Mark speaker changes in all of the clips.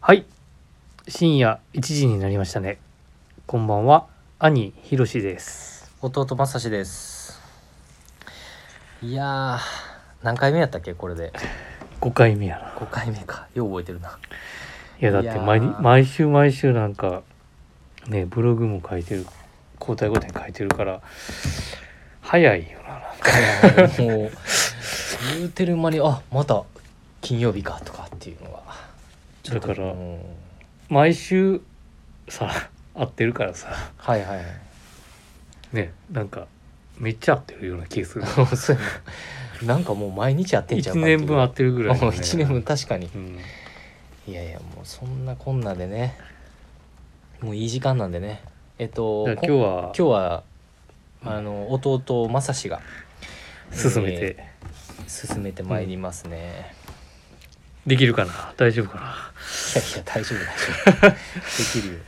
Speaker 1: はい深夜1時になりましたねこんばんは兄ひろしです
Speaker 2: 弟まさしですいやー何回目やったっけこれで
Speaker 1: 5回目やな
Speaker 2: 5回目かよう覚えて るない
Speaker 1: やだっ
Speaker 2: いや
Speaker 1: て
Speaker 2: ー
Speaker 1: 毎日毎週毎週なんかねブログも書いてる交代ごとに書いてるから早いよななんか
Speaker 2: もう言うてる間にあまた金曜日かとかっていうのがちょっと
Speaker 1: だから
Speaker 2: うん
Speaker 1: 毎週さ合ってるからさ
Speaker 2: はいはいはい
Speaker 1: ねなんかめっちゃ合ってるような気がする
Speaker 2: そうやななんかもう毎日やってんちゃう
Speaker 1: 1
Speaker 2: かっていう
Speaker 1: 年分合ってるぐらいだ
Speaker 2: も
Speaker 1: よ
Speaker 2: う
Speaker 1: ね、
Speaker 2: 1年分確かに
Speaker 1: うん
Speaker 2: いやいやもうそんなこんなでねもういい時間なんでねえっと
Speaker 1: だから今日
Speaker 2: こ
Speaker 1: は
Speaker 2: 今日はあの弟まさしが
Speaker 1: 進めて
Speaker 2: 進めてまいりますね、
Speaker 1: できるかな大丈夫かない
Speaker 2: やいや大丈夫大 丈夫できるよ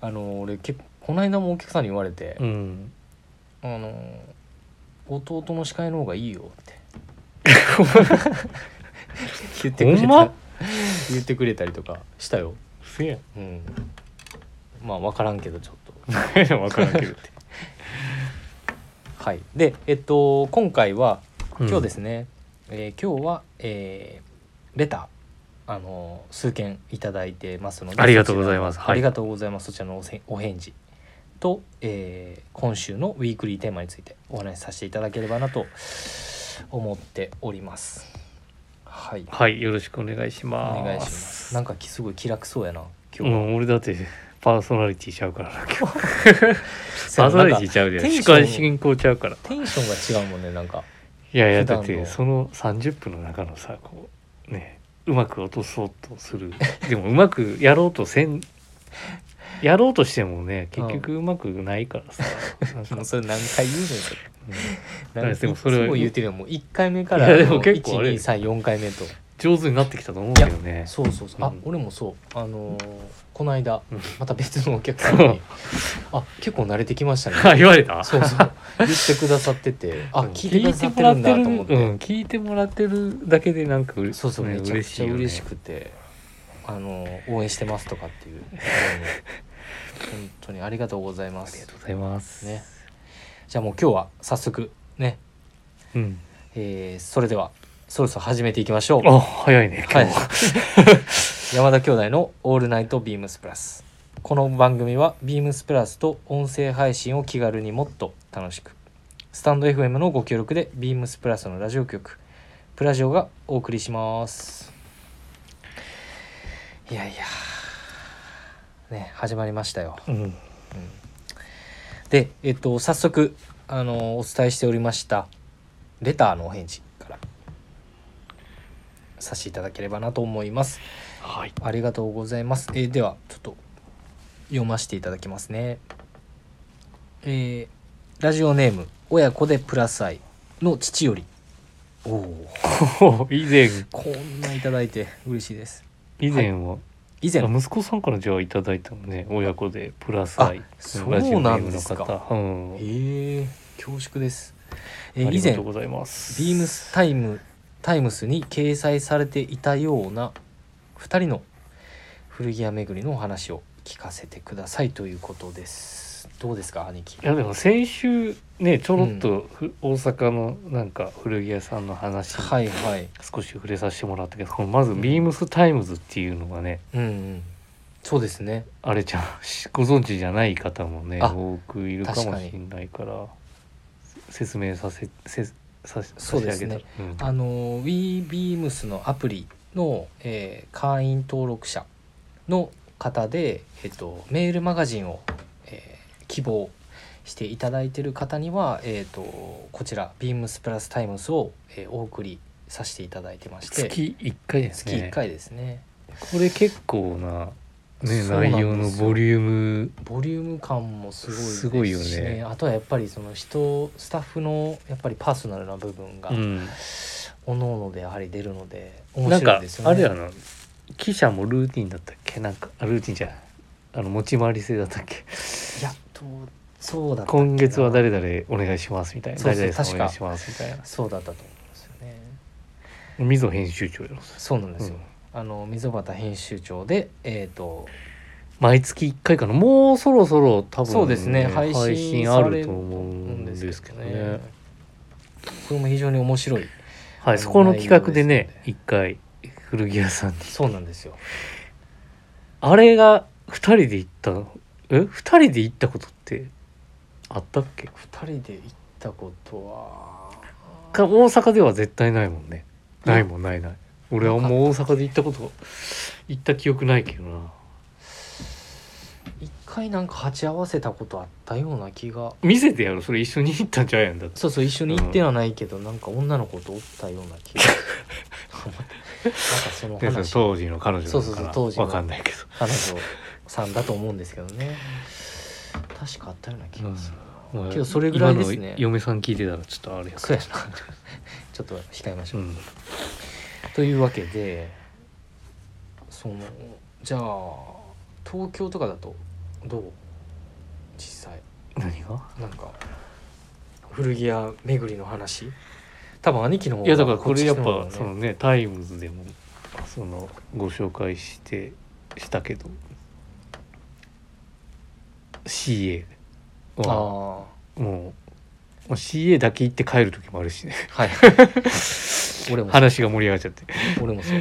Speaker 2: あの俺けこの間もお客さんに言われて
Speaker 1: う、ん
Speaker 2: あの弟の司会の方がいいよって 言ってくれ
Speaker 1: ほん
Speaker 2: た、
Speaker 1: ま
Speaker 2: 言ってくれたりとかしたよ
Speaker 1: すげえ
Speaker 2: うんまあ分からんけどちょっ と
Speaker 1: 分からんけどって、
Speaker 2: はいでえっと今回は今日ですすね、えー今日は、えーレターあのー数件いただいてますので
Speaker 1: ありがとうございます
Speaker 2: そちら
Speaker 1: はい
Speaker 2: ありがとうございますそちらのおせお返事と、えー今週のウィークリーテーマについてお話しさせていただければなと思っておりますはい
Speaker 1: はいよろしくお願いし
Speaker 2: お
Speaker 1: ます
Speaker 2: 願いしますなんかきすごい気楽そうやな
Speaker 1: う
Speaker 2: 今日は、
Speaker 1: ん俺だってパーソナリティちゃうからな今日
Speaker 2: せ
Speaker 1: パ
Speaker 2: や
Speaker 1: ー
Speaker 2: な
Speaker 1: ソナリ
Speaker 2: な
Speaker 1: ティ
Speaker 2: んか
Speaker 1: ちゃうで
Speaker 2: テンショ
Speaker 1: 司
Speaker 2: ン
Speaker 1: 会進行ちゃうから
Speaker 2: テンションが違うもんねなんか
Speaker 1: いやいや
Speaker 2: 普段
Speaker 1: だ
Speaker 2: の
Speaker 1: ってその30分の中のさこうねうまく落とそうとす るでもうまくやろうとせんやろうとしてもね結局うまくないからさ、なんか
Speaker 2: もうそれ何回言うねんそれ
Speaker 1: うんだからで
Speaker 2: 何で
Speaker 1: も
Speaker 2: も
Speaker 1: そ
Speaker 2: そ
Speaker 1: れ
Speaker 2: れ
Speaker 1: は
Speaker 2: 言うてるよもう1回目から
Speaker 1: いやでも
Speaker 2: もう
Speaker 1: 結構あれ
Speaker 2: 1234回目と
Speaker 1: 上手になってきたと思うけどね
Speaker 2: そうそうそうあ、
Speaker 1: うん
Speaker 2: 俺もそうあのーこの間
Speaker 1: うん
Speaker 2: また別のお客さんに「あ結構慣れてきましたね」
Speaker 1: あ言われた
Speaker 2: そうそう言ってくださっててあ
Speaker 1: うん
Speaker 2: 聞いてくださってるんだと思っ
Speaker 1: 聞いもらう
Speaker 2: て
Speaker 1: ん、聞いてもらってるだけでなんかうれ
Speaker 2: そうそう
Speaker 1: ね
Speaker 2: めちゃく
Speaker 1: 嬉し
Speaker 2: ちゃ
Speaker 1: いよね
Speaker 2: 嬉しくてあのー応援してますとかっていう本当に本当にありがとうございま
Speaker 1: ありが
Speaker 2: す
Speaker 1: とうございます
Speaker 2: ねじゃあもう今日は早速ね
Speaker 1: うん
Speaker 2: えーそれではそろそろ始めていきましょう
Speaker 1: あ早いね今
Speaker 2: は
Speaker 1: 日
Speaker 2: い、 山田兄弟の「オールナイトビームスプラス」この番組はビームスプラスと音声配信を気軽にもっと楽しくスタンド FM のご協力でビームスプラスのラジオ局プラジオがお送りしますいやいやね始まりましたよ
Speaker 1: うん
Speaker 2: で、えっと、早速、あのお伝えしておりましたレターのお返事からさせていただければなと思います
Speaker 1: はい
Speaker 2: ありがとうございます。えーではちょっと読ませていただきますね。えーラジオネーム「親子でプラス愛」の父よりおお
Speaker 1: 以前
Speaker 2: こんないただいて嬉しいです。
Speaker 1: 以前は、
Speaker 2: 以前
Speaker 1: あ息子さんからじゃあいただいたのね親子でプラス愛
Speaker 2: あそうなんですか
Speaker 1: ラジオネームの方うん
Speaker 2: えー、恐縮です。え
Speaker 1: あ
Speaker 2: ー
Speaker 1: り
Speaker 2: 以
Speaker 1: が
Speaker 2: 前
Speaker 1: とうございます
Speaker 2: ビームスタイムタイムスに掲載されていたような2人の古着屋巡りのお話を聞かせてくださいということです。どうですか兄貴
Speaker 1: いやでも先週ねちょろっとふ、大阪のなんか古着屋さんの話に
Speaker 2: はいはい。
Speaker 1: 少し触れさせてもらったけど、このまずビームスタイムズっていうのがね
Speaker 2: うん、うん、そうですね。
Speaker 1: あれちゃんしご存知じゃない方もね
Speaker 2: あ
Speaker 1: 多くいるか
Speaker 2: 確
Speaker 1: も
Speaker 2: か
Speaker 1: し
Speaker 2: に
Speaker 1: れないから説明させせさし
Speaker 2: そうですね
Speaker 1: 差し上げた
Speaker 2: あの WeBeams のアプリの、えー会員登録者の方で、えっと、メールマガジンを、えー希望していただいている方には、えっとこちら Beams プラスタイムスを、えーお送りさせていただいてまして
Speaker 1: 月1回ですね
Speaker 2: 月1回ですね
Speaker 1: これ結構な,、ね、
Speaker 2: そうなんですよ
Speaker 1: 内容のボリューム
Speaker 2: ボリューム感もすごいですし、
Speaker 1: すごいよね
Speaker 2: あとはやっぱりその人スタッフのやっぱりパーソナルな部分が、
Speaker 1: うん
Speaker 2: おのおのでやはり出るので
Speaker 1: な
Speaker 2: 面
Speaker 1: ん
Speaker 2: 白い
Speaker 1: か
Speaker 2: です
Speaker 1: あ
Speaker 2: よね
Speaker 1: れやな記者もルーティンだったっけなんかあルーティンじゃないあの持ち回り制だったっけ
Speaker 2: いやとそうだったっけな
Speaker 1: 今月は誰々お願いしますみたいな
Speaker 2: そうそう
Speaker 1: 誰々さんお
Speaker 2: 確か
Speaker 1: 願いしますみたいな
Speaker 2: そうだったと思うんですよね
Speaker 1: 溝編集長やろ
Speaker 2: そうなんですよ、
Speaker 1: うん
Speaker 2: あの溝端編集長でえっ、と
Speaker 1: 毎月1回かなもうそろそろ多分、
Speaker 2: そうですね
Speaker 1: 配
Speaker 2: 配信
Speaker 1: 信あると思うんですけど
Speaker 2: される
Speaker 1: ね
Speaker 2: と思うんですけどねこれも非常に面白い
Speaker 1: は
Speaker 2: あ
Speaker 1: い
Speaker 2: の
Speaker 1: そこの企画で
Speaker 2: 内容
Speaker 1: ね
Speaker 2: です
Speaker 1: 一回古着屋さんに
Speaker 2: そうなんですよ
Speaker 1: あれが2人で行ったのえ二2人で行ったことってあったっけ
Speaker 2: 2人で行ったことは
Speaker 1: か大阪では絶対ないもんねないもんないない俺はもう大阪で行ったこと行った記憶ないけどな
Speaker 2: 一回なんか鉢合わせたことあったような気が
Speaker 1: 見せてやろそれ一緒に行ったんじゃうやんだって
Speaker 2: そうそう一緒に行ってはないけど、なんか女の子とおったような 気がなんかその
Speaker 1: でその
Speaker 2: 話
Speaker 1: 当時の彼女
Speaker 2: そう
Speaker 1: だ
Speaker 2: そう
Speaker 1: か
Speaker 2: そう
Speaker 1: ら
Speaker 2: 当時の
Speaker 1: わかんないけど
Speaker 2: 彼女さんだと思うんですけどね確かあったような気がする、
Speaker 1: まあ
Speaker 2: けどそれぐらいですね
Speaker 1: 今の嫁さん聞いてたらちょっとあれや
Speaker 2: そうやな ちょっと控えまし
Speaker 1: う
Speaker 2: ょう、
Speaker 1: ん
Speaker 2: というわけでそのじゃあ東京とかだとどう実際
Speaker 1: 何が
Speaker 2: なんか古着屋巡りの話多分兄貴の方
Speaker 1: いやだからこれやっ
Speaker 2: ちの方
Speaker 1: ぱ
Speaker 2: が
Speaker 1: その
Speaker 2: ね
Speaker 1: ねタイムズでもそのご紹介してしたけど CA
Speaker 2: あ
Speaker 1: は
Speaker 2: あ
Speaker 1: もうまあ CA だけ行って帰る時もあるしね
Speaker 2: はい俺もそう
Speaker 1: 話が盛り上がっちゃって
Speaker 2: 俺もそう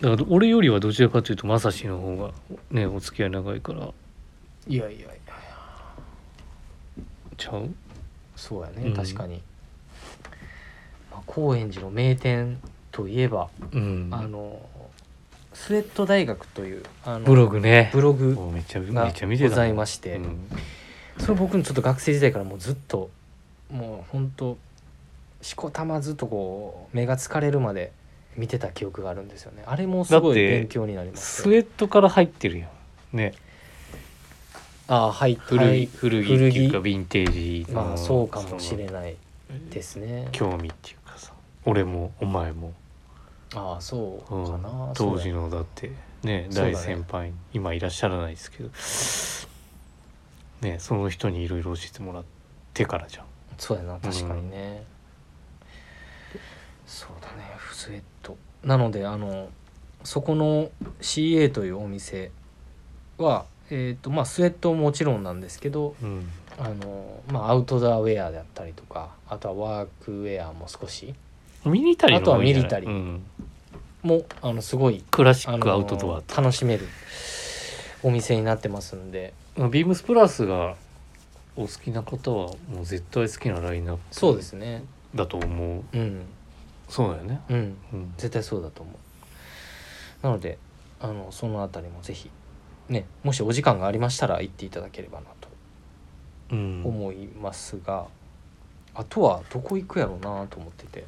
Speaker 1: だから俺よりはどちらかというとまさしの方がねお付き合い長いから
Speaker 2: いやいやいや
Speaker 1: ちゃう
Speaker 2: そうや
Speaker 1: う
Speaker 2: ね
Speaker 1: ん
Speaker 2: 確かに、まあ、高円寺の名店といえば、
Speaker 1: うん
Speaker 2: あのスウェット大学というあの
Speaker 1: ブログね
Speaker 2: ブログ
Speaker 1: もうめっちゃ
Speaker 2: が
Speaker 1: めっちゃ見てた
Speaker 2: ございまして、
Speaker 1: うん
Speaker 2: それ僕のちょっと学生時代からもうずっともうほんとしこたまずっとこう目が疲れるまで見てた記憶があるんですよねあれもすごい
Speaker 1: だって
Speaker 2: 勉強になります
Speaker 1: スウェットから入ってるやんね
Speaker 2: ああはい
Speaker 1: 古
Speaker 2: は
Speaker 1: 着
Speaker 2: い
Speaker 1: 古着って
Speaker 2: 古着
Speaker 1: いうかヴィンテージの
Speaker 2: まあそうかもしれ
Speaker 1: い
Speaker 2: ないですね
Speaker 1: 興味っていうかさ俺もお前も、
Speaker 2: ああそう
Speaker 1: うん
Speaker 2: かな、そう
Speaker 1: 当時
Speaker 2: や
Speaker 1: のだってね
Speaker 2: そうだね
Speaker 1: 大先輩、今いらっしゃらないですけどねその人にいろいろ教えてもらってからじゃん
Speaker 2: そうやな確かにね、そうだねスウェットなのであのそこの CA というお店はえっ、とまあスウェットももちろんなんですけど
Speaker 1: うん
Speaker 2: あのまあアウトドアウェアであったりとかあとはワークウェアも少し
Speaker 1: ミリタリーの方がいいんじゃない
Speaker 2: あとはミリタリー
Speaker 1: うん
Speaker 2: もあのすごい
Speaker 1: クラシ
Speaker 2: あ
Speaker 1: ッ
Speaker 2: の
Speaker 1: クアウトドアと、
Speaker 2: 楽しめるお店になってますんで
Speaker 1: ビームスプラスがお好きな方はもう絶対好きなラインナップ
Speaker 2: そうですね
Speaker 1: だと思う
Speaker 2: うん
Speaker 1: そうだよね、
Speaker 2: うん
Speaker 1: うん、
Speaker 2: 絶対そうだと思うなのであのそのあたりもぜひねもしお時間がありましたら行っていただければなと
Speaker 1: うん
Speaker 2: 思いますが、あとはどこ行くやろうなと思ってて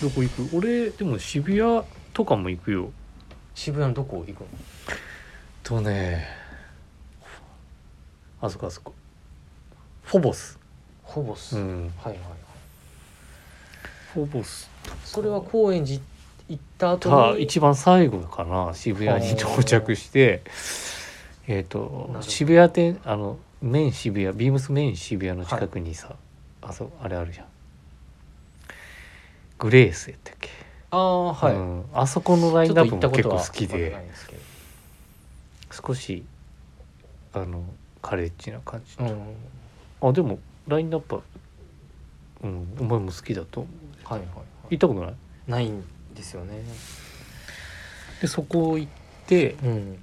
Speaker 1: どこ行く俺でも渋谷とかも行くよ
Speaker 2: 渋谷のどこ行くの
Speaker 1: とねあそこあそこフォボス、
Speaker 2: ほぼす、
Speaker 1: ん、
Speaker 2: はいはいはい
Speaker 1: フォボス
Speaker 2: それは高円寺行った後
Speaker 1: が
Speaker 2: に
Speaker 1: 一番最後かな渋谷に到着してえっ、
Speaker 2: るほ
Speaker 1: と
Speaker 2: ど
Speaker 1: 渋谷店あのメイン渋谷ビームスメイン渋谷の近くにさ、あそうあれあるじゃんグレースやったっけ、
Speaker 2: ああはい、
Speaker 1: うん、あそこのライ
Speaker 2: ち
Speaker 1: ン
Speaker 2: ょっ
Speaker 1: ナ
Speaker 2: と
Speaker 1: ッ
Speaker 2: 行
Speaker 1: プも結
Speaker 2: ったこと
Speaker 1: 構
Speaker 2: は
Speaker 1: 好きで。
Speaker 2: わかんないですけど
Speaker 1: 少しあのカレッジな感じ、
Speaker 2: うん
Speaker 1: あでもラインナップはうんお前も好きだと思う
Speaker 2: はいはいは
Speaker 1: 行ったことない
Speaker 2: いないんですよね
Speaker 1: でそこ行って
Speaker 2: うん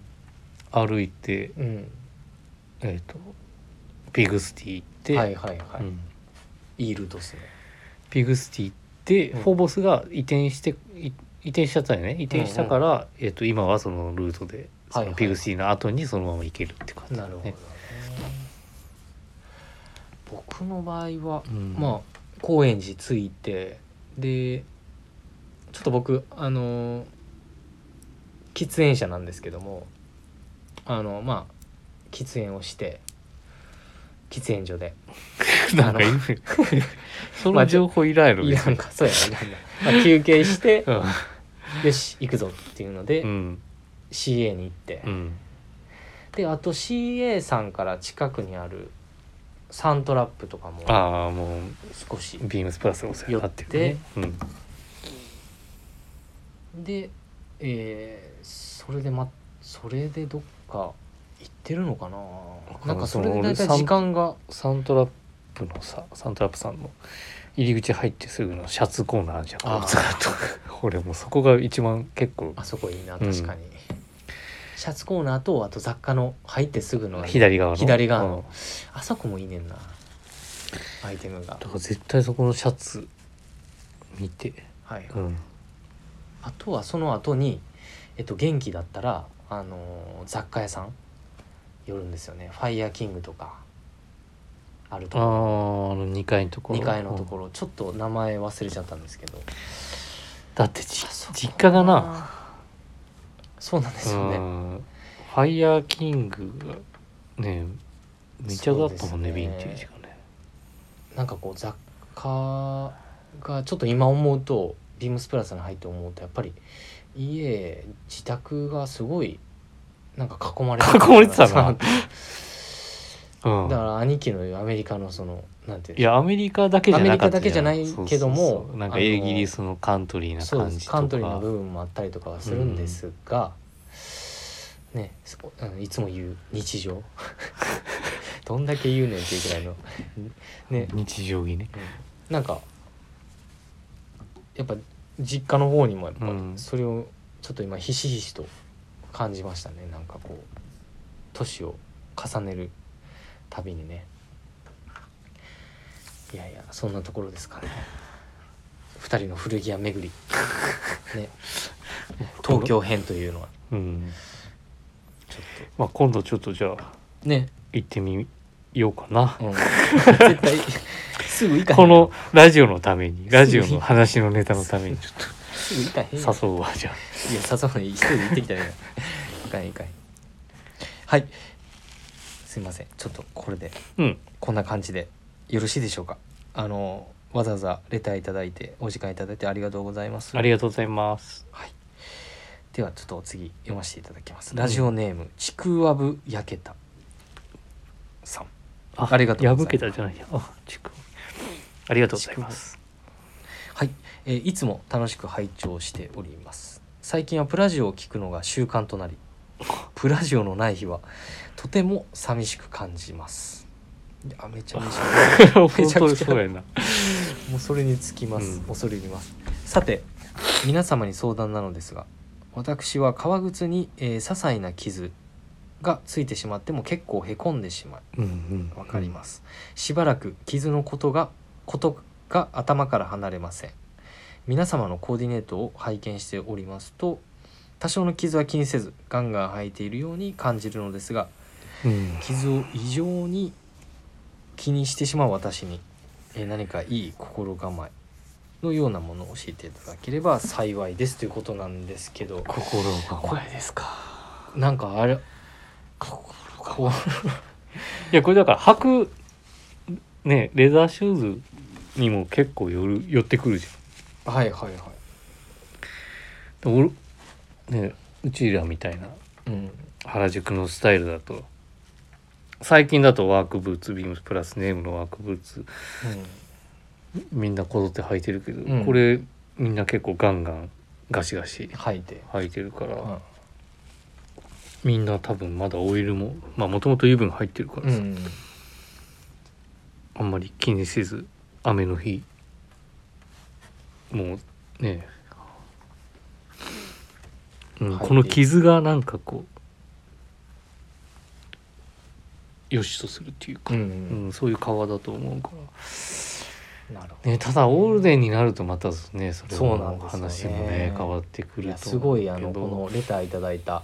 Speaker 1: 歩いて
Speaker 2: うん
Speaker 1: えっ、とピグスティ行って、
Speaker 2: はいはいはい、
Speaker 1: うん
Speaker 2: イールドですね
Speaker 1: ピグスティ行って、
Speaker 2: うん
Speaker 1: フォーボスが移転してい移転しちゃったよね移転したから、えっと今はそのルートでそ
Speaker 2: はいは
Speaker 1: の
Speaker 2: い
Speaker 1: ピグスティの後にそのまま行けるって感じだ
Speaker 2: な
Speaker 1: ね、
Speaker 2: るほどね僕の場合は、
Speaker 1: うん
Speaker 2: まあ高円寺着いてでちょっと僕あのー喫煙者なんですけどもあのまあ喫煙をして喫煙所で
Speaker 1: なんかいる その情報いらんやろ
Speaker 2: いらんかそうやないらんな、まあ、休憩 して
Speaker 1: 別に
Speaker 2: よし行くぞっていうので、
Speaker 1: うん
Speaker 2: CA に行って、
Speaker 1: うん
Speaker 2: であと CA さんから近くにあるサントラップとかも
Speaker 1: ああもう
Speaker 2: 少し
Speaker 1: ビームスプラスがお世話になってるね、うん、
Speaker 2: で、えーそれでまそれでどっか行ってるのかな
Speaker 1: かんな
Speaker 2: ないんかそれで
Speaker 1: その
Speaker 2: 大体時間が
Speaker 1: サントラップのさサントラップさんの入り口入ってすぐのシャツコーナーあるじゃん
Speaker 2: あー
Speaker 1: ずっと 俺もうそこが一番結構
Speaker 2: あそこいいな
Speaker 1: うん
Speaker 2: 確かに、シャツコーナーとあと雑貨の入ってすぐの
Speaker 1: 左側の
Speaker 2: 左側
Speaker 1: うん
Speaker 2: のあそこもいいねんなアイテムが
Speaker 1: だから絶対そこのシャツ見て
Speaker 2: はい、
Speaker 1: うん
Speaker 2: あとはその後にえっと元気だったらあのー雑貨屋さん寄るんですよねファイヤーキングとかあると
Speaker 1: あーあ
Speaker 2: こ
Speaker 1: の2階のところ
Speaker 2: 2階のとこ
Speaker 1: ろ
Speaker 2: ろ、ちょっと名前忘れちゃったんですけど
Speaker 1: だってじ
Speaker 2: あそこ
Speaker 1: 実家がな
Speaker 2: そうなんですよ
Speaker 1: う
Speaker 2: ね
Speaker 1: んファイヤーキングがねめちゃくちゃだったもんね
Speaker 2: そう
Speaker 1: ヴ
Speaker 2: です
Speaker 1: ィ
Speaker 2: ね
Speaker 1: ンテージがね
Speaker 2: なんかこう雑貨がちょっと今思うとビームスプラスに入って思うとやっぱり家自宅がすごいなんか囲まれて
Speaker 1: 囲まれてたなうん
Speaker 2: だから兄貴のアメリカのそのなんていうん
Speaker 1: いやアメリカだけじゃなかったじゃん
Speaker 2: アメリカだけじゃないけども
Speaker 1: そうそうそうなんか
Speaker 2: あの
Speaker 1: イギリスのカントリーな
Speaker 2: そう
Speaker 1: 感
Speaker 2: で
Speaker 1: じ
Speaker 2: す
Speaker 1: とか
Speaker 2: カントリーの部分もあったりとかはするんですが、ねそこうんいつも言う日常 どんだけ言うねんっていうぐらいの ね
Speaker 1: 日常着ね
Speaker 2: なんかやっぱ実家の方にもやっぱり
Speaker 1: うん
Speaker 2: それをちょっと今ひしひしと感じましたねなんかこう年を重ねるたびにねいやいやそんなところですかね2人の古着屋巡 りね東京編というのは
Speaker 1: うん
Speaker 2: ちょっ
Speaker 1: まあ今度ちょっとじゃあ
Speaker 2: とね、
Speaker 1: 行ってみようかな
Speaker 2: うん、 絶対すぐ行かへん
Speaker 1: こ
Speaker 2: やろ
Speaker 1: のラジオのため にラジオの話のネタのためにちょ
Speaker 2: すぐ行かへんやろ
Speaker 1: っ と誘うわじゃあ
Speaker 2: いや、ささない、一人で行ってきたね。いかんいかん。はい。すいません。ちょっとこれで、
Speaker 1: うん
Speaker 2: こんな感じで、よろしいでしょうか。あの、わざわざレターいただいて、お時間いただいてありがとうございます。
Speaker 1: ありがとうございます
Speaker 2: では、ちょっと次、読ませていただきます。ラジオネーム、ちくわぶやけたさん。ありがとうございます
Speaker 1: 破けたじゃないやあちくありがとうございます
Speaker 2: はい、えーいつも楽しく拝聴しております最近はプラジオを聞くのが習慣と なりプラジオのない日はとても寂しく感じますいやめちゃめちゃ
Speaker 1: 本
Speaker 2: めちゃ
Speaker 1: 当
Speaker 2: く
Speaker 1: に
Speaker 2: ちゃ
Speaker 1: そうやな
Speaker 2: もうそれにつきます、
Speaker 1: うん
Speaker 2: 恐れ入りますさて皆様に相談なのですが私は革靴に、えー些細な傷がついてしまっても結構へこんでしまい
Speaker 1: うんうん
Speaker 2: わかります、しばらく傷のことがことが頭から離れません皆様のコーディネートを拝見しておりますと多少の傷は気にせずガンガン履いているように感じるのですが
Speaker 1: うん
Speaker 2: 傷を異常に気にしてしまう私にえー何かいい心構えのようなものを教えていただければ幸いですということなんですけど
Speaker 1: 心構えですか
Speaker 2: なんかあれこ
Speaker 1: いやこれだから履くねレザーシューズにも結構よる寄ってくるじ
Speaker 2: うはいはいは、
Speaker 1: ゃん俺ねうちらみたいない
Speaker 2: うん、
Speaker 1: 原宿のスタイルだと最近だとワークブーツビームスプラスネームのワークブーツみんなこぞって履いてるけど、
Speaker 2: うん
Speaker 1: これみんな結構ガンガンガシガシ
Speaker 2: うん、吐いて、
Speaker 1: 履いてるから、
Speaker 2: うん
Speaker 1: みんな多分まだオイルもまあもともと油分入ってるからさ、
Speaker 2: うん
Speaker 1: あんまり気にせず雨の日もうね、うん、
Speaker 2: はい
Speaker 1: この傷がなんかこうよしとするっていうか、
Speaker 2: う
Speaker 1: うんんそういう革だと思うか
Speaker 2: なるほ
Speaker 1: ら、ね、ただオールデンになるとまたねそれ
Speaker 2: そうなん
Speaker 1: も
Speaker 2: ですよね
Speaker 1: 話もね変わってく
Speaker 2: どい
Speaker 1: る
Speaker 2: や
Speaker 1: と
Speaker 2: すごいあのこのレターいただいた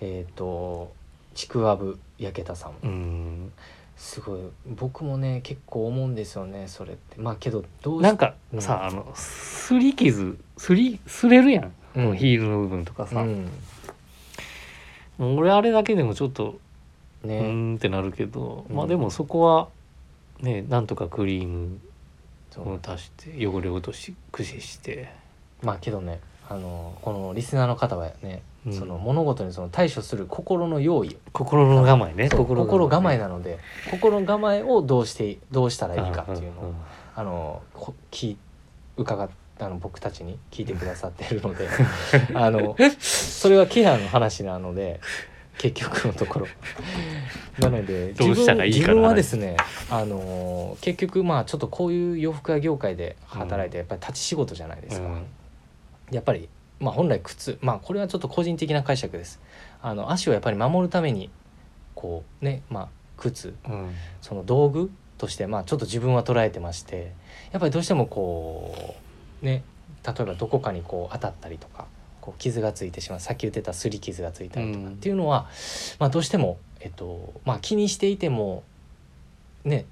Speaker 2: えっ、とちくわぶやけたさん
Speaker 1: うん
Speaker 2: すごい僕もね結構思うんですよねそれってまあけどどうし
Speaker 1: なんか
Speaker 2: うん
Speaker 1: さ、あのすり傷すりすれるやん、
Speaker 2: うん
Speaker 1: ヒールの部分とか
Speaker 2: う
Speaker 1: さ、
Speaker 2: ん
Speaker 1: 俺あれだけでもちょっとう
Speaker 2: ね、
Speaker 1: ーんってなるけど、
Speaker 2: うん
Speaker 1: まあでもそこはねなんとかクリーム
Speaker 2: そう
Speaker 1: を足して汚れ落とし駆使して
Speaker 2: まあけどねあのこのリスナーの方はね、
Speaker 1: うん
Speaker 2: その物事にその対処する心の用意
Speaker 1: 心の構えね
Speaker 2: そう
Speaker 1: の
Speaker 2: 心構え
Speaker 1: ね
Speaker 2: なので心構えをどうしてどうしたらいいかっていうの
Speaker 1: ん
Speaker 2: を
Speaker 1: んん
Speaker 2: あのこ聞い伺っあの僕たちに聞いてくださってる のであのそれはケアの話なので結局のところなので
Speaker 1: どうしたらいいかな
Speaker 2: 自分はですねあの結局まあちょっとこういう洋服屋業界で働いてやっぱり立ち仕事じゃないですか、
Speaker 1: うん
Speaker 2: やっぱり、まあ、本来靴まあこれはちょっと個人的な解釈ですあの足をやっぱり守るためにこうねまあ靴
Speaker 1: うん
Speaker 2: その道具として、まあ、ちょっと自分は捉えてましてやっぱりどうしてもこうね例えばどこかにこう当たったりとかこう傷がついてしまうさっき言ってたすり傷がついたりとか
Speaker 1: う
Speaker 2: っ
Speaker 1: ん
Speaker 2: ていうのは、まあ、どうしても、えっとまあ、気にしていてもね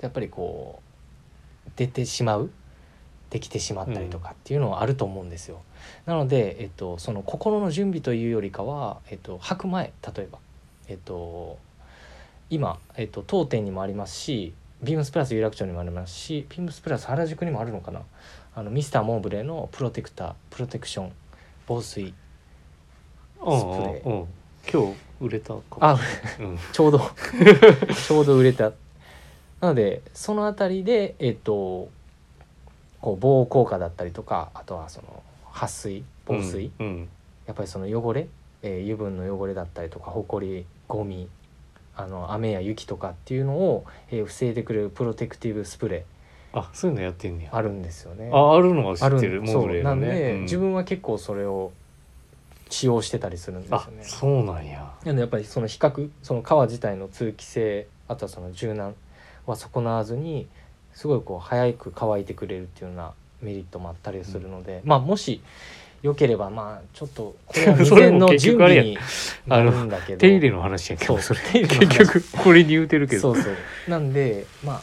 Speaker 2: やっぱりこう出てしまうできてしまったりとかっていうのはあると思うんですよ。なので、えっと、その心の準備というよりかは、えっと、履く前例えば、えっと、今、えっと、当店にもありますしビームスプラス有楽町にもありますしビームスプラス原宿にもあるのかなあのミスターモーブレーのプロテクタープロテクション防水
Speaker 1: うん
Speaker 2: スプレー
Speaker 1: うんうん今日売れたかも
Speaker 2: あ
Speaker 1: うん
Speaker 2: ちょうど ちょうど売れたなのでそのあたりでえっとこう防効果だったりとかあとはその撥水防水、
Speaker 1: うん
Speaker 2: やっぱりその汚れ、えー油分の汚れだったりとかほこりゴミあの雨や雪とかっていうのを、えー防いでくれるプロテクティブスプレ
Speaker 1: あそういうのやってんねや
Speaker 2: ーあるんですよね。
Speaker 1: ああるのは知
Speaker 2: あ
Speaker 1: っ
Speaker 2: る
Speaker 1: てるモ
Speaker 2: そ
Speaker 1: ブレ
Speaker 2: う
Speaker 1: ーの
Speaker 2: なんで、
Speaker 1: ねうん
Speaker 2: 自分は結構それを使用してたりするんですよ
Speaker 1: あ
Speaker 2: ね。
Speaker 1: そうなんや
Speaker 2: なのでやっぱりその比較その革自体の通気性あとはその柔軟は損なわずにすごいこう早く乾いてくれるっていうようなメリットもあったりするので、まあもしよければまあちょっとこれは 未
Speaker 1: それ
Speaker 2: 然
Speaker 1: も
Speaker 2: の
Speaker 1: 結
Speaker 2: 準
Speaker 1: 局あれ
Speaker 2: 備
Speaker 1: や
Speaker 2: になるんだけど
Speaker 1: 手入れの話やけどそ
Speaker 2: そ
Speaker 1: うれ
Speaker 2: 手入れの話
Speaker 1: 結局これに言うてるけ
Speaker 2: そ
Speaker 1: ど
Speaker 2: うそうなんでまあ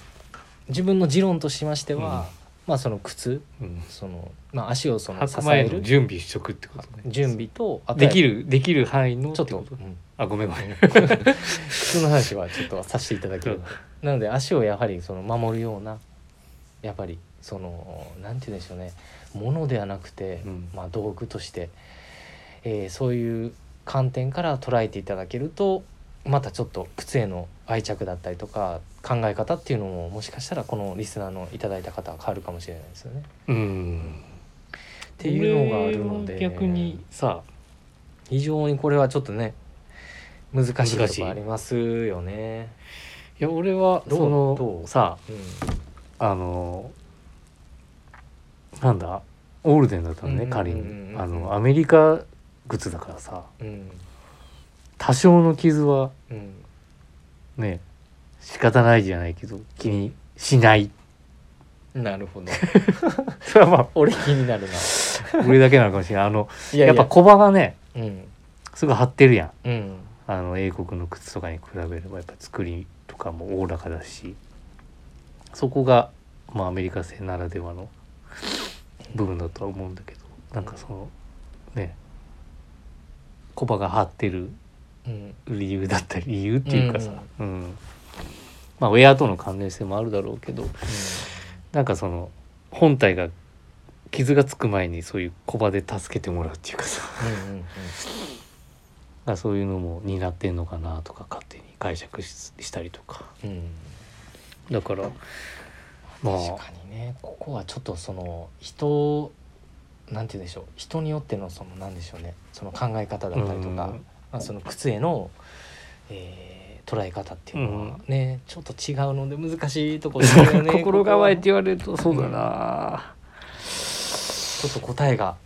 Speaker 2: 自分の持論としましては、
Speaker 1: うん
Speaker 2: まあその靴
Speaker 1: うん
Speaker 2: その、まあ、足をその支
Speaker 1: 白
Speaker 2: え
Speaker 1: 米の
Speaker 2: る
Speaker 1: 準備しとくってことね
Speaker 2: 準備とあと
Speaker 1: できるできる範囲の
Speaker 2: ちょってと、
Speaker 1: こ
Speaker 2: うん
Speaker 1: あごめんごめん
Speaker 2: 靴の話はちょっとさせていただければなので足をやはりその守るようなやっぱりそのなんて言うんでしょうねものではなくて、
Speaker 1: うん
Speaker 2: まあ、道具として、えーそういう観点から捉えていただけるとまたちょっと靴への愛着だったりとか考え方っていうのももしかしたらこのリスナーのいただいた方は変わるかもしれないですよね。
Speaker 1: うん
Speaker 2: っていうのがあるので
Speaker 1: これは逆にさ
Speaker 2: 非常にこれはちょっとね難しい
Speaker 1: 難
Speaker 2: と
Speaker 1: しい
Speaker 2: こありますよね。
Speaker 1: いや俺は
Speaker 2: どう
Speaker 1: そ
Speaker 2: ど
Speaker 1: の
Speaker 2: う
Speaker 1: さ
Speaker 2: うん
Speaker 1: あのなんだオールデンだったの
Speaker 2: う
Speaker 1: ね
Speaker 2: ん
Speaker 1: 仮
Speaker 2: うんうんう
Speaker 1: に
Speaker 2: ん
Speaker 1: あのアメリカ靴だからさ
Speaker 2: うん
Speaker 1: 多少の傷は
Speaker 2: うん
Speaker 1: ね仕方ないじゃないけど気にしない
Speaker 2: なるほ ど。
Speaker 1: それはまあ
Speaker 2: 俺気になるな。
Speaker 1: 俺だけなのかもしれないあの
Speaker 2: い
Speaker 1: やっぱコバがね
Speaker 2: うん
Speaker 1: すぐ張ってるやん
Speaker 2: うん
Speaker 1: あの英国の靴とかに比べればやっぱ作りとかもおおらかだしそこが、まあ、アメリカ製ならではの部分だとは思うんだけどなんかそのねコバが張ってる
Speaker 2: うん
Speaker 1: 理由だったり理由っていうかさ、うんまあウェアとの関連性もあるだろうけどなんかその本体が傷がつく前にそういうコバで助けてもらうっていうかさ
Speaker 2: うんうん
Speaker 1: がそういうのも担ってんのかなとか勝手に解釈ししたりとか
Speaker 2: うんうん
Speaker 1: だからま
Speaker 2: 確
Speaker 1: あ
Speaker 2: かにねここはちょっとその人なんて言うんでしょう人によってのそのなんでしょうねその考え方だったりとか、
Speaker 1: うん
Speaker 2: まあ、その靴への、えー捉え方っていうのはね、ちょっと違うので難しいところです よね
Speaker 1: 心構えって
Speaker 2: こ
Speaker 1: 言われるとそうだな
Speaker 2: こはちょっと答えが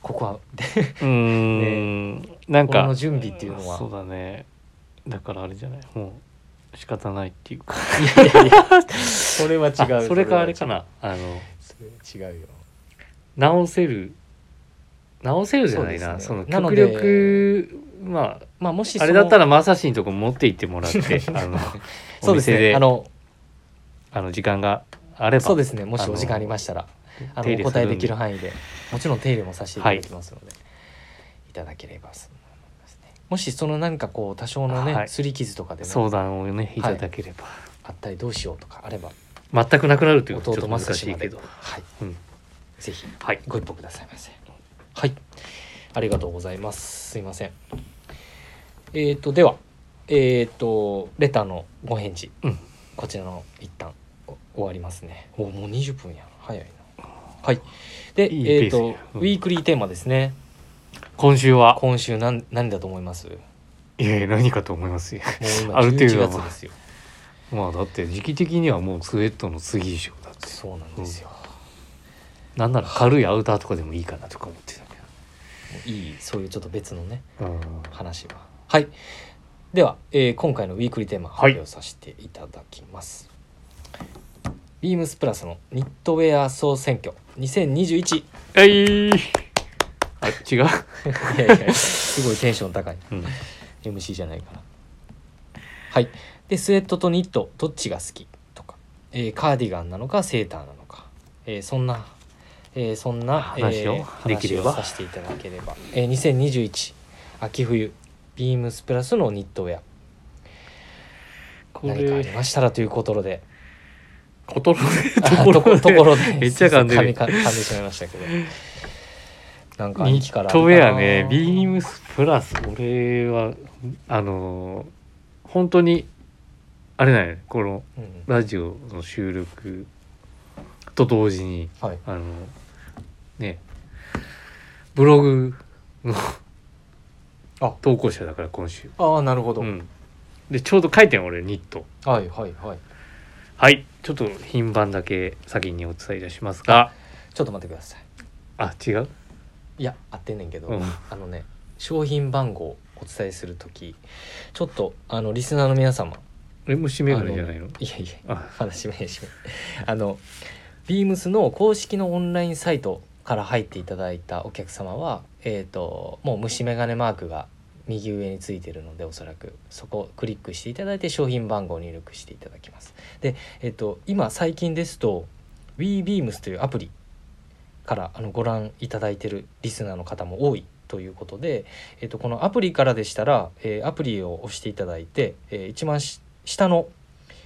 Speaker 2: ここはで
Speaker 1: うーんなん
Speaker 2: 心の
Speaker 1: か
Speaker 2: 準備っていうのは
Speaker 1: そうだねだからあれじゃないもう仕方ないっていうか
Speaker 2: いやいや それは違
Speaker 1: あ
Speaker 2: う
Speaker 1: それかあれかなあの
Speaker 2: それは違うよ
Speaker 1: 直せる直せるじゃないな
Speaker 2: そ
Speaker 1: そう
Speaker 2: で
Speaker 1: の
Speaker 2: すね
Speaker 1: 極力まあ
Speaker 2: まあもし
Speaker 1: あれだったらまさしんとこ持って行っても らってあの
Speaker 2: そうです
Speaker 1: お店で
Speaker 2: ねあの
Speaker 1: あの時間があれば
Speaker 2: そうですねもし
Speaker 1: あの
Speaker 2: お時間ありましたらあ
Speaker 1: 手入
Speaker 2: のお
Speaker 1: れ
Speaker 2: 答えでき
Speaker 1: す
Speaker 2: る
Speaker 1: るん
Speaker 2: 範囲でもちろん手入れもさせていただきますので、い、ただければと思いますねもしその何かこう多少のね、
Speaker 1: はい
Speaker 2: 擦り傷とかで、ね、
Speaker 1: 相談をねいただければ、
Speaker 2: あったりどうしようとかあれば
Speaker 1: 全くなくなるということはちょ
Speaker 2: 弟
Speaker 1: っと難
Speaker 2: マス
Speaker 1: し
Speaker 2: 氏
Speaker 1: い
Speaker 2: ま
Speaker 1: け
Speaker 2: で
Speaker 1: ど、
Speaker 2: はい、
Speaker 1: うん、
Speaker 2: ぜひ
Speaker 1: はい
Speaker 2: ご一報くださいませはいありがとうございますすいませんえっ、とではえっ、とレターのご返事、
Speaker 1: うん
Speaker 2: こちらの一旦お終わりますねおもう20分や早いなはい。で、
Speaker 1: いい
Speaker 2: えっ、
Speaker 1: ペー
Speaker 2: と
Speaker 1: スや、
Speaker 2: ウ
Speaker 1: うん
Speaker 2: ィークリーテーマですね。
Speaker 1: 今週は
Speaker 2: 今週なん何だと思います？もう
Speaker 1: いやいや何かと思いますよ
Speaker 2: 今
Speaker 1: ある程
Speaker 2: 11
Speaker 1: 度は
Speaker 2: 月ですよ。
Speaker 1: まあだって時期的にはもうスウェットの次でしょだって
Speaker 2: そうなんですよ。
Speaker 1: なんなら軽いアウターとかでもいいかなとか思ってたけ
Speaker 2: もういいそういうちょっと別のね
Speaker 1: ど、うん、
Speaker 2: 話は。はい。では、えー今回のウィークリーテーマ発表させていただきます。ビームスプラスのニットウェア総選挙2021。い
Speaker 1: えいあ違う、
Speaker 2: やいやいや、すごいテンション高い。
Speaker 1: うん、
Speaker 2: MC じゃないかなはいでスウェットとニットどっちが好きとか、えーカーディガンなのかセーターなのか、えーそんな、えーそんな
Speaker 1: 話を
Speaker 2: えー
Speaker 1: できれば
Speaker 2: 話をさせていただければ、えー2021秋冬ビームスプラスのニットウェア
Speaker 1: こ
Speaker 2: 何かあり
Speaker 1: れ
Speaker 2: ましたらということで
Speaker 1: こと
Speaker 2: あ
Speaker 1: のところで
Speaker 2: ところで
Speaker 1: めっちゃ噛んでる
Speaker 2: 噛み噛んでしまいましたけどなんか
Speaker 1: ニ
Speaker 2: 兄貴か
Speaker 1: ッ
Speaker 2: らある
Speaker 1: ト
Speaker 2: か
Speaker 1: ウ
Speaker 2: な
Speaker 1: ェアねビームスプラス俺はあの本当にあれだよねこの
Speaker 2: うん
Speaker 1: ラジオの収録と同時に
Speaker 2: はい
Speaker 1: あのねブログの
Speaker 2: あ
Speaker 1: 投稿者だから今週
Speaker 2: ああなるほど、
Speaker 1: うんでちょうど書いてん俺ニット
Speaker 2: はいはいはい
Speaker 1: はいちょっと品番だけ先にお伝えいたしますが
Speaker 2: ちょっと待ってください
Speaker 1: あ違う
Speaker 2: いや合ってんねんけど、
Speaker 1: うん
Speaker 2: あのね商品番号をお伝えするときちょっとあのリスナーの皆様
Speaker 1: 俺虫眼鏡じゃないの
Speaker 2: あいやいや
Speaker 1: あ
Speaker 2: 話めしめ あのビームスの公式のオンラインサイトから入っていただいたお客様はえっ、ともう虫眼鏡マークが右上についてるのでおそらくそこをクリックしていただいて商品番号を入力していただきますでえっ、と今最近ですと WeBeams というアプリからあのご覧いただいてるリスナーの方も多いということで、えっとこのアプリからでしたら、えーアプリを押していただいて、えー一番し下の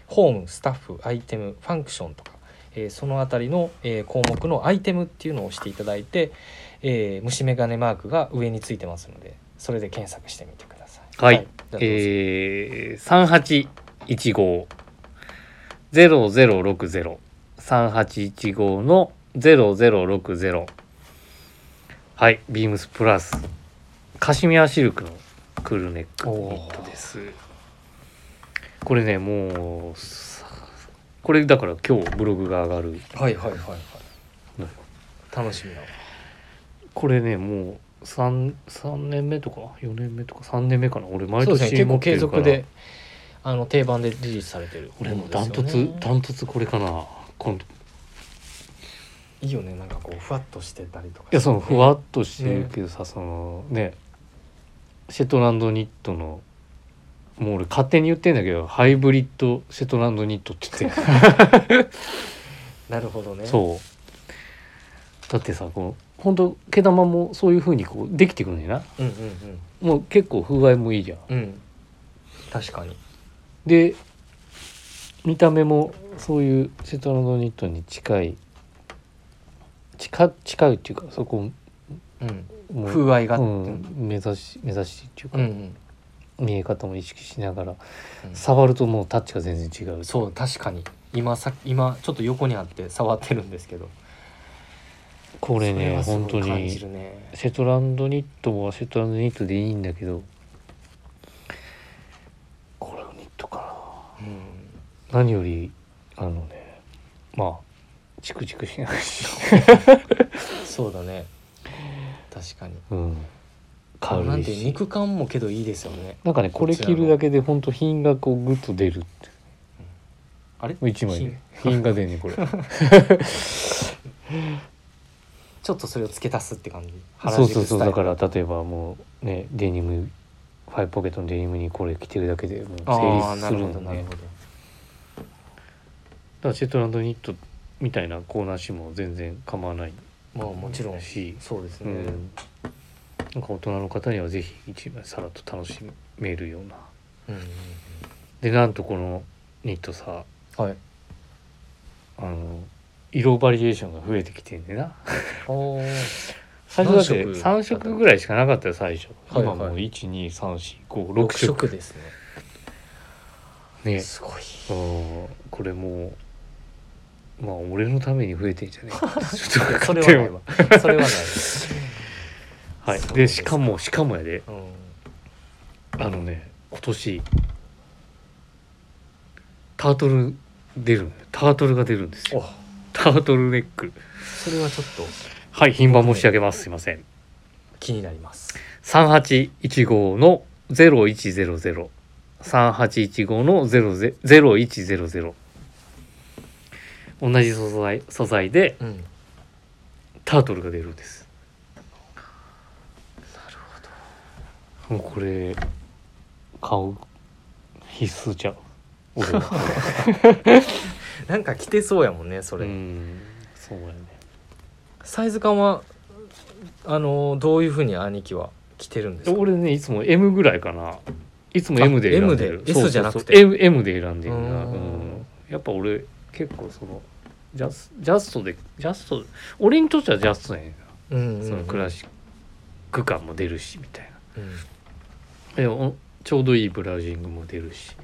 Speaker 2: ホームスタッフアイテムファンクションとか、えーそのあたりの、えー項目のアイテムっていうのを押していただいて、えー虫眼鏡マークが上についてますのでそれで検索してみてください。
Speaker 1: はい
Speaker 2: じゃあどうぞ
Speaker 1: えー、3815-0060-3815の0060はいビームスプラスカシミヤシルクのクールネックニットですこれねもうさこれだから今日ブログが上がる
Speaker 2: はいはいはいはい
Speaker 1: ね。
Speaker 2: 楽しみだわ。
Speaker 1: これねもう 3, 三年目とか4年目とか3年目かな俺毎
Speaker 2: そうですね。
Speaker 1: 年
Speaker 2: 結
Speaker 1: 持
Speaker 2: 構
Speaker 1: って
Speaker 2: 継
Speaker 1: るから
Speaker 2: 続であの定番でリリースされてる、
Speaker 1: 俺もうダントツダントツこれかな今度
Speaker 2: いいよね。なんかこうふわっとしてたりとか。
Speaker 1: いやそのふわっとして
Speaker 2: ね
Speaker 1: るけどさ、そのねシェットランドニットのもう俺勝手に言ってんだけどハイブリッドシェットランドニットって言って る
Speaker 2: なるほどね。
Speaker 1: そうだってさこうほんと毛玉もそういうふうにこうできてくんねんな
Speaker 2: う。うんうん
Speaker 1: もう結構風合いもいいじゃん
Speaker 2: うん。うん。確かに。
Speaker 1: で見た目もそういうシェットランドニットに近い近近いっていうかそこ
Speaker 2: うん。
Speaker 1: も
Speaker 2: 風合いが。
Speaker 1: う
Speaker 2: うん
Speaker 1: ん、目指し目指しっていうか、
Speaker 2: うん。
Speaker 1: 見え方も意識しながら
Speaker 2: うん
Speaker 1: 触るともうタッチが全然違う
Speaker 2: そう確かに。今さ今ちょっと横にあって触ってるんですけど。
Speaker 1: これね
Speaker 2: そは
Speaker 1: 本
Speaker 2: すご
Speaker 1: 当
Speaker 2: い感
Speaker 1: に
Speaker 2: じるね。
Speaker 1: セトランドニットはセトランドニットでいいんだけどこれはニットか
Speaker 2: うん。
Speaker 1: な何よりあのねまあチクチクしないし、
Speaker 2: そうだね。確かに。
Speaker 1: うん、
Speaker 2: な
Speaker 1: 軽
Speaker 2: ん
Speaker 1: い
Speaker 2: て
Speaker 1: し
Speaker 2: 肉感もけどいいですよね。
Speaker 1: なんかねこれ着るだけで本当品がこうグッと出るって
Speaker 2: あれ？
Speaker 1: もう一枚で品が出るね これ
Speaker 2: ちょっとそれを付け足すって感じ。
Speaker 1: そうそうそうだ
Speaker 2: ら
Speaker 1: から例えばもうねデニムファイブポケットのデニムにこれ着てるだけでもう
Speaker 2: あ
Speaker 1: 成
Speaker 2: あ
Speaker 1: 立
Speaker 2: な
Speaker 1: す
Speaker 2: る
Speaker 1: る
Speaker 2: ほ
Speaker 1: ん
Speaker 2: ど
Speaker 1: で
Speaker 2: なる
Speaker 1: ね
Speaker 2: ほど。
Speaker 1: だからシェットランドニットみたいなコーナー誌も全然構わない
Speaker 2: まあもちろん
Speaker 1: し
Speaker 2: そうです
Speaker 1: う
Speaker 2: ね、
Speaker 1: ん、なんか大人の方にはぜひ一枚さらっと楽しめるような
Speaker 2: うんうん
Speaker 1: でなんとこのニットさ
Speaker 2: うんはい
Speaker 1: あの色バリエーションが増えてきてんねんな
Speaker 2: おー
Speaker 1: 最初だって
Speaker 2: 何色
Speaker 1: 3色ぐらいしかなかったよ最初、
Speaker 2: はいはい
Speaker 1: 今もう12345
Speaker 2: 6
Speaker 1: 6色
Speaker 2: 色ですね
Speaker 1: ね
Speaker 2: すごい
Speaker 1: うんこれもうまあ俺のために増えてんじゃね えかってちょっと
Speaker 2: そ
Speaker 1: 勝
Speaker 2: れ
Speaker 1: 手に
Speaker 2: はない
Speaker 1: 思う
Speaker 2: わそれはないわ、
Speaker 1: はい
Speaker 2: そ
Speaker 1: で
Speaker 2: うです
Speaker 1: し
Speaker 2: か
Speaker 1: かもしかもやで
Speaker 2: うん、
Speaker 1: あのね今年タートル出るのよタートルが出るんですよ
Speaker 2: お
Speaker 1: タートルネック
Speaker 2: それはちょっと
Speaker 1: はい品番申し上げますすいません
Speaker 2: 気になります
Speaker 1: 3815の0100 3815の00 0100同じ素材素材で
Speaker 2: うんなる
Speaker 1: タートルが出るんです
Speaker 2: ほど
Speaker 1: もうこれ買う必須じゃん俺は
Speaker 2: なんか着てそうやもんねそうれ、
Speaker 1: んそうやね
Speaker 2: サイズ感はあのどういうふうに兄貴は着てるんですか
Speaker 1: 俺ねいつも M ぐらいかないつも
Speaker 2: あ
Speaker 1: M で選んでる
Speaker 2: M で
Speaker 1: そうそうそう
Speaker 2: S じゃなくて
Speaker 1: M, M で選んでるな
Speaker 2: う
Speaker 1: うんんやっぱ俺結構そのジャスジャストでジャスト俺にとってはジャストやねんな
Speaker 2: うんうん
Speaker 1: そのクラシック感も出るしみたいな
Speaker 2: うんうんうん
Speaker 1: でおちょうどいいブラウジングも出るし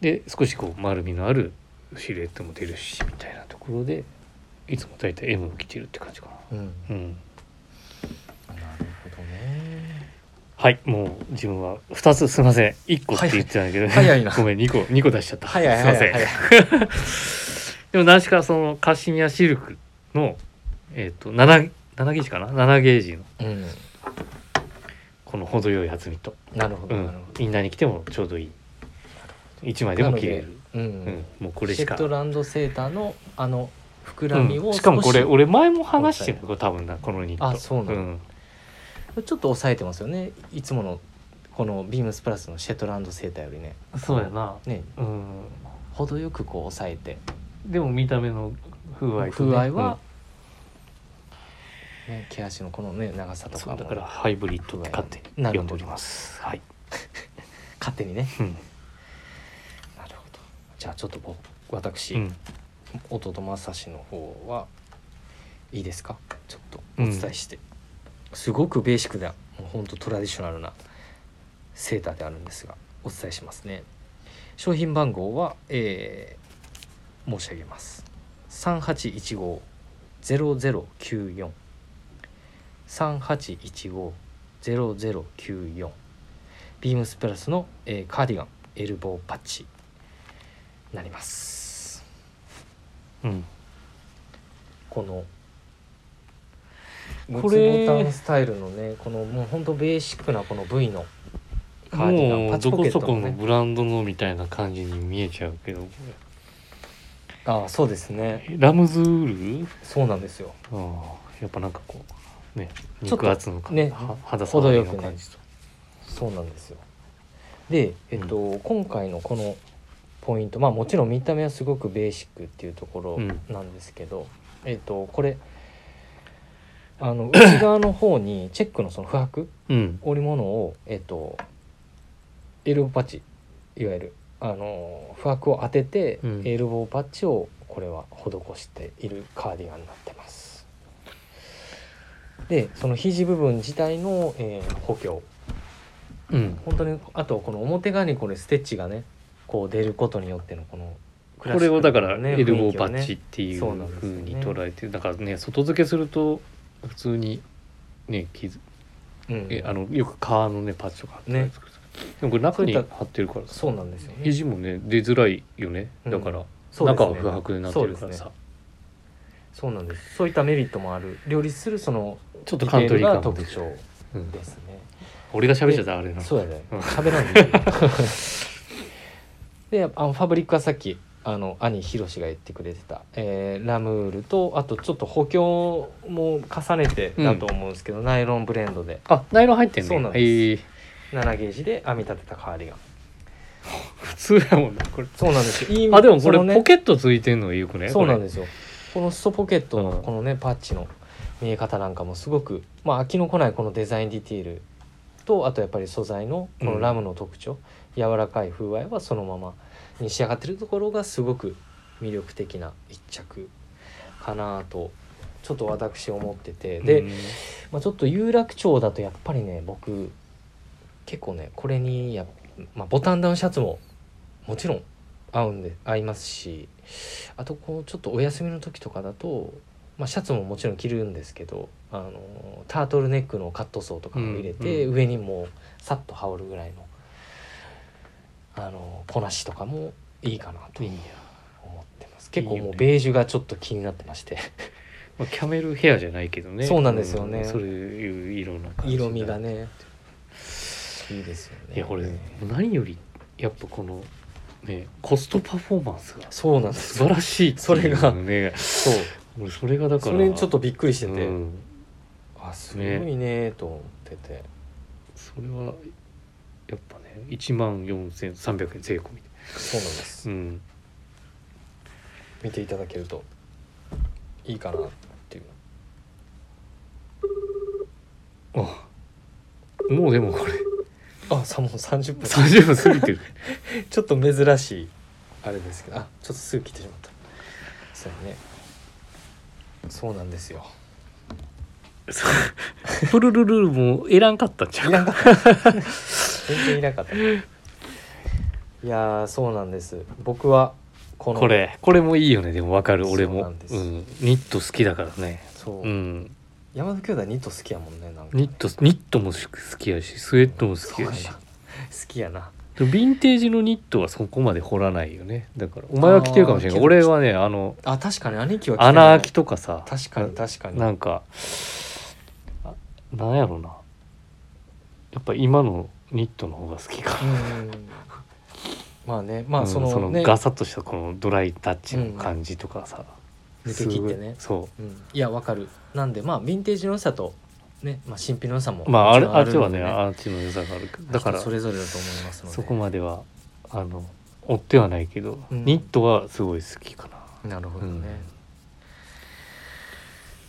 Speaker 1: で少しこう丸みのあるシルエットも出るしみたいなところでいつも大体 M を着てるって感じか
Speaker 2: うんうん
Speaker 1: なうん
Speaker 2: なるほどね
Speaker 1: はいもう自分は2つすいません1個って言ってたんだけど、
Speaker 2: 早い早い な
Speaker 1: ごめん2個2個出しちゃった
Speaker 2: 早い
Speaker 1: すいま
Speaker 2: 早
Speaker 1: せん
Speaker 2: い早い
Speaker 1: でも何しかそのカシミヤシルクのえっ、と 7, 7ゲージかな7ゲージの
Speaker 2: うん
Speaker 1: この程よい厚みと、
Speaker 2: なるほ
Speaker 1: う
Speaker 2: どなる
Speaker 1: ん
Speaker 2: ほ、ど
Speaker 1: インナーに着てもちょうどいい1枚でも着れる、
Speaker 2: うん、
Speaker 1: うん、もうこれ
Speaker 2: シ
Speaker 1: し
Speaker 2: ェ
Speaker 1: か
Speaker 2: ットランドセーターのあの膨らみを、
Speaker 1: うん、しかもこれ
Speaker 2: 少
Speaker 1: 俺前も話してるこれ多分なこのニット
Speaker 2: あそうなの
Speaker 1: ん
Speaker 2: ちょっと抑えてますよねいつものこのビームスプラスのシェットランドセーターよりね
Speaker 1: そうやな
Speaker 2: ね
Speaker 1: うん
Speaker 2: 程よくこう抑えて
Speaker 1: でも見た目の風合いとね、
Speaker 2: 風合いは、ね、毛足のこのね長さ
Speaker 1: うん
Speaker 2: と
Speaker 1: そ
Speaker 2: か
Speaker 1: う
Speaker 2: も
Speaker 1: だからハイブリッドって勝手に
Speaker 2: なる
Speaker 1: 呼
Speaker 2: ほ
Speaker 1: んで
Speaker 2: ど
Speaker 1: おりますはい、
Speaker 2: 勝手にね
Speaker 1: うん
Speaker 2: なるほどじゃあちょっと僕私、
Speaker 1: うん
Speaker 2: 弟正志の方はいいですかちょっとお伝えして、すごくベーシックなもうほんとトラディショナルなセーターであるんですがお伝えしますね商品番号は、えー申し上げます3815-0094 3815-0094ビームスプラスの、えーカーディガンエルボーパッチになります
Speaker 1: うん
Speaker 2: この
Speaker 1: こ
Speaker 2: こ
Speaker 1: れ
Speaker 2: れボタンスタイルのねこのもうほんとベーシックなこの V のカーディガン
Speaker 1: も
Speaker 2: パ
Speaker 1: う
Speaker 2: チ
Speaker 1: ど
Speaker 2: ポケ
Speaker 1: こそ
Speaker 2: ット
Speaker 1: こ
Speaker 2: の
Speaker 1: の
Speaker 2: ね
Speaker 1: ブランドのみたいな感じに見えちゃうけどこ
Speaker 2: ああそうですね
Speaker 1: れラムズール
Speaker 2: そうなんですよ
Speaker 1: ああやっぱなんかこうね
Speaker 2: ちょっと
Speaker 1: 肉厚の感じ、
Speaker 2: ね
Speaker 1: は肌触りの感じと、
Speaker 2: そうなんですよでえっと、今回のこのポイントまあもちろん見た目はすごくベーシックっていうところなんですけど、えっとこれあの内側の方にチェックのその不白
Speaker 1: うん
Speaker 2: 織物をえっとエルボーパッチいわゆるあの不白を当てて、
Speaker 1: うん
Speaker 2: エルボーパッチをこれは施しているカーディガンになってますでその肘部分自体の、えー補強
Speaker 1: うん
Speaker 2: 本当にあとこの表側にこれステッチがねこう出ることによってのこのク
Speaker 1: こ
Speaker 2: ラシ
Speaker 1: れ
Speaker 2: ッ
Speaker 1: を
Speaker 2: ク
Speaker 1: だから
Speaker 2: ね
Speaker 1: エルボー
Speaker 2: 雰囲気を
Speaker 1: パ
Speaker 2: ね
Speaker 1: ッチっていう
Speaker 2: そうなんです
Speaker 1: 風
Speaker 2: よね
Speaker 1: に捉えてだからね外付けすると普通にね傷
Speaker 2: うん
Speaker 1: えあのよく革のねパッチとか貼ってたりするでもこれ中に
Speaker 2: そういった
Speaker 1: 貼ってるからさ
Speaker 2: そうなんですよね
Speaker 1: 肘もね出づらいよねだから、
Speaker 2: そうです
Speaker 1: 中
Speaker 2: ね
Speaker 1: は不白になってるから
Speaker 2: そう
Speaker 1: さ、
Speaker 2: そうなんですそういったメリットもある両立するその
Speaker 1: ちょっとカントリー
Speaker 2: デ
Speaker 1: 感
Speaker 2: ィテー
Speaker 1: も
Speaker 2: ルが特徴
Speaker 1: うん
Speaker 2: ですね
Speaker 1: 俺が喋っちゃったあれな
Speaker 2: そうやね
Speaker 1: うん
Speaker 2: 喋らんでいいよであのファブリックはさっきあの兄ひろしが言ってくれてた、えーラムールとあとちょっと補強も重ねてだと思うんですけど、ナイロンブレンドで
Speaker 1: あナイロン入ってんね
Speaker 2: そうなんです
Speaker 1: へえ
Speaker 2: 7ゲージで編み立てた代わりが
Speaker 1: 普通やもんなこれ
Speaker 2: そうなんですよいい
Speaker 1: あでもこれ
Speaker 2: そのね
Speaker 1: ポケットついてんのがよくね
Speaker 2: そうなん
Speaker 1: す
Speaker 2: ですよこのストポケットの
Speaker 1: うん
Speaker 2: このねパッチの見え方なんかもすごく、まあ、飽きのこないこのデザインディティールとあとやっぱり素材のこのラムの特徴、柔らかい風合いはそのままに仕上がってるところがすごく魅力的な一着かなとちょっと私思っててで、まあ、ちょっと有楽町だとやっぱりね僕結構ねこれにや、まあ、ボタンダウンシャツももちろん合うんで合いますしあとこうちょっとお休みの時とかだと、まあ、シャツももちろん着るんですけどあのタートルネックのカットソーとかも入れて、
Speaker 1: うんう
Speaker 2: 上にもうさっと羽織るぐらいのあのこなしとかもいいかなと
Speaker 1: いいや
Speaker 2: 思ってます結構
Speaker 1: いいよ
Speaker 2: もう
Speaker 1: ね
Speaker 2: ベージュがちょっと気になってまして
Speaker 1: まあ、キャメルヘアじゃないけどね
Speaker 2: そうなんですよね
Speaker 1: うんそういう色な感じだ
Speaker 2: 色味がねいいですよね
Speaker 1: いやこれ何よりやっぱこのねコストパフォーマンスが
Speaker 2: そうなんです
Speaker 1: 素晴らしいっていうのがね
Speaker 2: そう
Speaker 1: 俺それがだか
Speaker 2: そ
Speaker 1: ら
Speaker 2: れにちょっとびっくりしてて、
Speaker 1: うん
Speaker 2: あすごいねと思ってて、
Speaker 1: それはやっぱね1万4300円税込みで
Speaker 2: そうなんです、
Speaker 1: うん
Speaker 2: 見ていただけるといいかなっていう
Speaker 1: あもうでもこれ
Speaker 2: あさもう30分
Speaker 1: 30分過ぎてる
Speaker 2: ちょっと珍しいあれですけどあちょっとすぐ来てしまったそうやねそうなんですよ
Speaker 1: プルルルルもいらんかったんちゃ
Speaker 2: いうなかった全然いな かったいやーそうなんです僕はこの
Speaker 1: これこれもいいよねでも分かる俺
Speaker 2: そう
Speaker 1: も
Speaker 2: なんです
Speaker 1: うん、ニット好きだからね
Speaker 2: そう、
Speaker 1: うん
Speaker 2: 山田兄弟ニット好きやもんねなんかね
Speaker 1: ニットニットも好きやしスウェットも好き
Speaker 2: そうや
Speaker 1: や
Speaker 2: な
Speaker 1: し
Speaker 2: 好きやな
Speaker 1: でもヴィンテージのニットはそこまで掘らないよねだからお前は着てるかもしれないけど
Speaker 2: あー着て
Speaker 1: 俺
Speaker 2: る
Speaker 1: はねあの
Speaker 2: あ確かに兄貴は着てない
Speaker 1: 穴開きとかさ
Speaker 2: 確かに確かに
Speaker 1: なんかあなんやろなやっぱ今のニットの方が好きか
Speaker 2: う
Speaker 1: な、
Speaker 2: んまあねま
Speaker 1: う
Speaker 2: あ
Speaker 1: ん
Speaker 2: そのね、
Speaker 1: ガサッとしたこのドライタッチの感じとかさ、
Speaker 2: うん
Speaker 1: すごい
Speaker 2: 抜け切ってね
Speaker 1: そ
Speaker 2: うんいやわかるなんでまあヴィンテージの良さとね、まあ、新品の良さも
Speaker 1: うまああれあっ
Speaker 2: も
Speaker 1: ち
Speaker 2: ちろ
Speaker 1: は
Speaker 2: んるんで
Speaker 1: ねあっちの良さがあるからだから
Speaker 2: 人それぞれだと思いますので
Speaker 1: そこまではあの追ってはないけど、
Speaker 2: うん
Speaker 1: ニットはすごい好きか な
Speaker 2: なるほどね、
Speaker 1: うん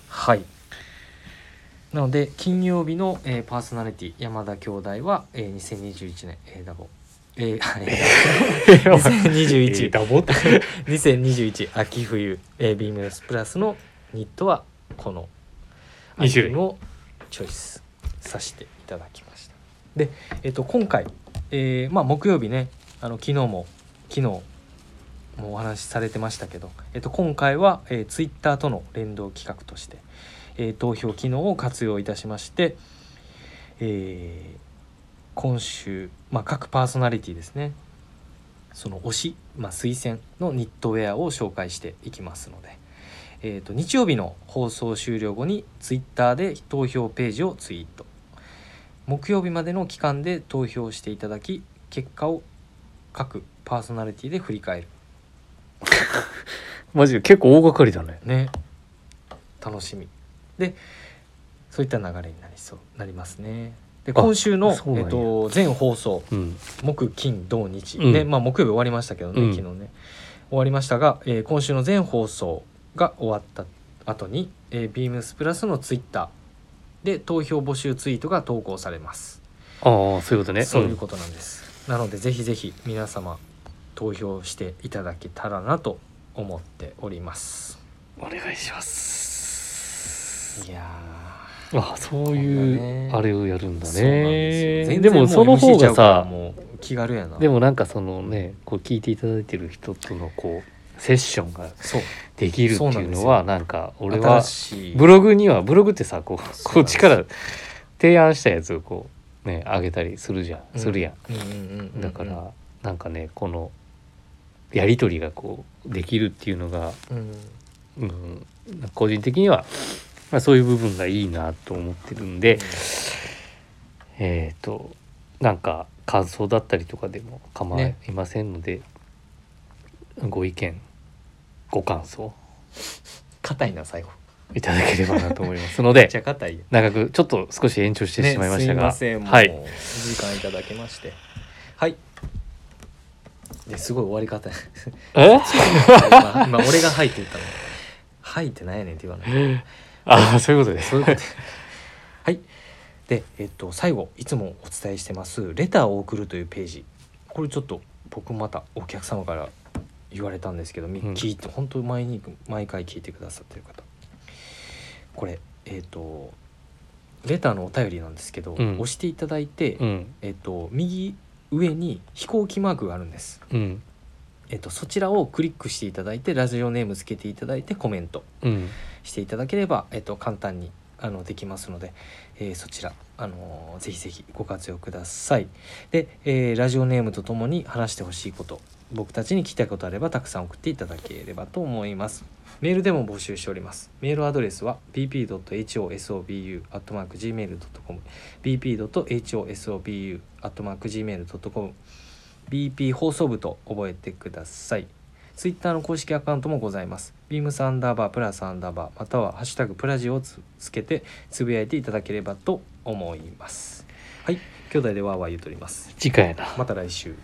Speaker 2: はいなので金曜日の、えーパーソナリティ山田兄弟は、えー、2021年えーダボえー、2021
Speaker 1: ダボって
Speaker 2: 2021秋冬、えー、ビームスプラスのニットはこのア
Speaker 1: 二
Speaker 2: イ
Speaker 1: 種
Speaker 2: テ
Speaker 1: 類
Speaker 2: ムをチョイスさせていただきましたで、えっと今回、えーまあ、木曜日ねあの昨日も昨日もお話しされてましたけど、えっと今回は、えー、ツイッターとの連動企画として、えー投票機能を活用いたしまして、えー今週、まあ、各パーソナリティですねその推し、まあ、推薦のニットウェアを紹介していきますので、えー、と日曜日の放送終了後にツイッターで投票ページをツイート木曜日までの期間で投票していただき結果を各パーソナリティで振り返る
Speaker 1: マジで結構大掛かりだね
Speaker 2: ね楽しみでそういった流れになりそうなりますねで
Speaker 1: あ
Speaker 2: 今週の、え
Speaker 1: そうなんや
Speaker 2: ー、と全放送
Speaker 1: うん
Speaker 2: 木金土日、
Speaker 1: うん
Speaker 2: で、まあ、木曜日終わりましたけどね、
Speaker 1: うん
Speaker 2: 昨日ね終わりましたが、えー今週の全放送が終わった後に、えー、ビームスプラスのツイッターで投票募集ツイートが投稿されます
Speaker 1: ああそういうことね
Speaker 2: そういうことなんです、なのでぜひぜひ皆様投票していただけたらなと思っております
Speaker 1: うんお願いします
Speaker 2: いや
Speaker 1: ああそういう、
Speaker 2: そうだね
Speaker 1: あれをやるんだ
Speaker 2: ー
Speaker 1: ね
Speaker 2: そうなんすよ全
Speaker 1: で
Speaker 2: 然
Speaker 1: もその
Speaker 2: う MC
Speaker 1: 方
Speaker 2: ち
Speaker 1: が
Speaker 2: ゃうから
Speaker 1: さ
Speaker 2: もう気軽やな
Speaker 1: でもなんかそのねこう聞いていただいてる人とのこうセッションが
Speaker 2: そう
Speaker 1: できるって
Speaker 2: そうない
Speaker 1: うん
Speaker 2: です
Speaker 1: の
Speaker 2: よ
Speaker 1: はなんか俺は
Speaker 2: 新しい
Speaker 1: ブログにはブログってさこう
Speaker 2: そ
Speaker 1: こ
Speaker 2: うな
Speaker 1: っ
Speaker 2: んです
Speaker 1: ち
Speaker 2: よ
Speaker 1: から 提案したやつをこうねあげたりするじゃん、
Speaker 2: うん
Speaker 1: するやん
Speaker 2: うんうんうんうんうん
Speaker 1: だから、なんかねこのやり取りがこうできるっていうのが、
Speaker 2: うん
Speaker 1: うん、個人的には、まあ、そういう部分がいいなと思ってるんで、えっ、となんか感想だったりとかでも構い
Speaker 2: ね
Speaker 1: ませんので、ご意見ご感想
Speaker 2: 硬いな最後
Speaker 1: いただければなと思いますので
Speaker 2: めっちゃ硬いよ
Speaker 1: 長くちょっと少し延長してしまいましたが、
Speaker 2: ね、すいませんもう、
Speaker 1: はい
Speaker 2: 時間いただきましてはいですごい終わ り方
Speaker 1: え
Speaker 2: 今今俺が「はい」って言ったの「はい」ってなんやねんって言わない
Speaker 1: ああそういうことです
Speaker 2: そういうこと はいでえっと最後いつもお伝えしてます「レターを送る」というページこれちょっと僕またお客様から言われたんですけど、み
Speaker 1: うん
Speaker 2: 聞いて本当毎に毎回聞いてくださってる方これえっ、とレターのお便りなんですけど、
Speaker 1: うん
Speaker 2: 押していただいて、
Speaker 1: うん
Speaker 2: えっと、右上に飛行機マークがあるんです
Speaker 1: うん
Speaker 2: えっと、そちらをクリックしていただいてラジオネームつけていただいてコメント
Speaker 1: うん
Speaker 2: していただければ、えっと、簡単にあのできますので、えーそちら、あのーぜひぜひご活用くださいで、えーラジオネームとともに話してほしいこと僕たちに聞きたいことあればたくさん送っていただければと思いますメールでも募集しておりますメールアドレスは bp.hosobu.gmail.com bp.hosobu.gmail.com bp 放送部と覚えてくださいツイッターの公式アカウントもございます。ビームスアンダーバープラスアンダーバーまたはハッシュタグプラジをつつけてつぶやいていただければと思います。はい、兄弟でわーわー言うとります。
Speaker 1: 次回やな
Speaker 2: また来週。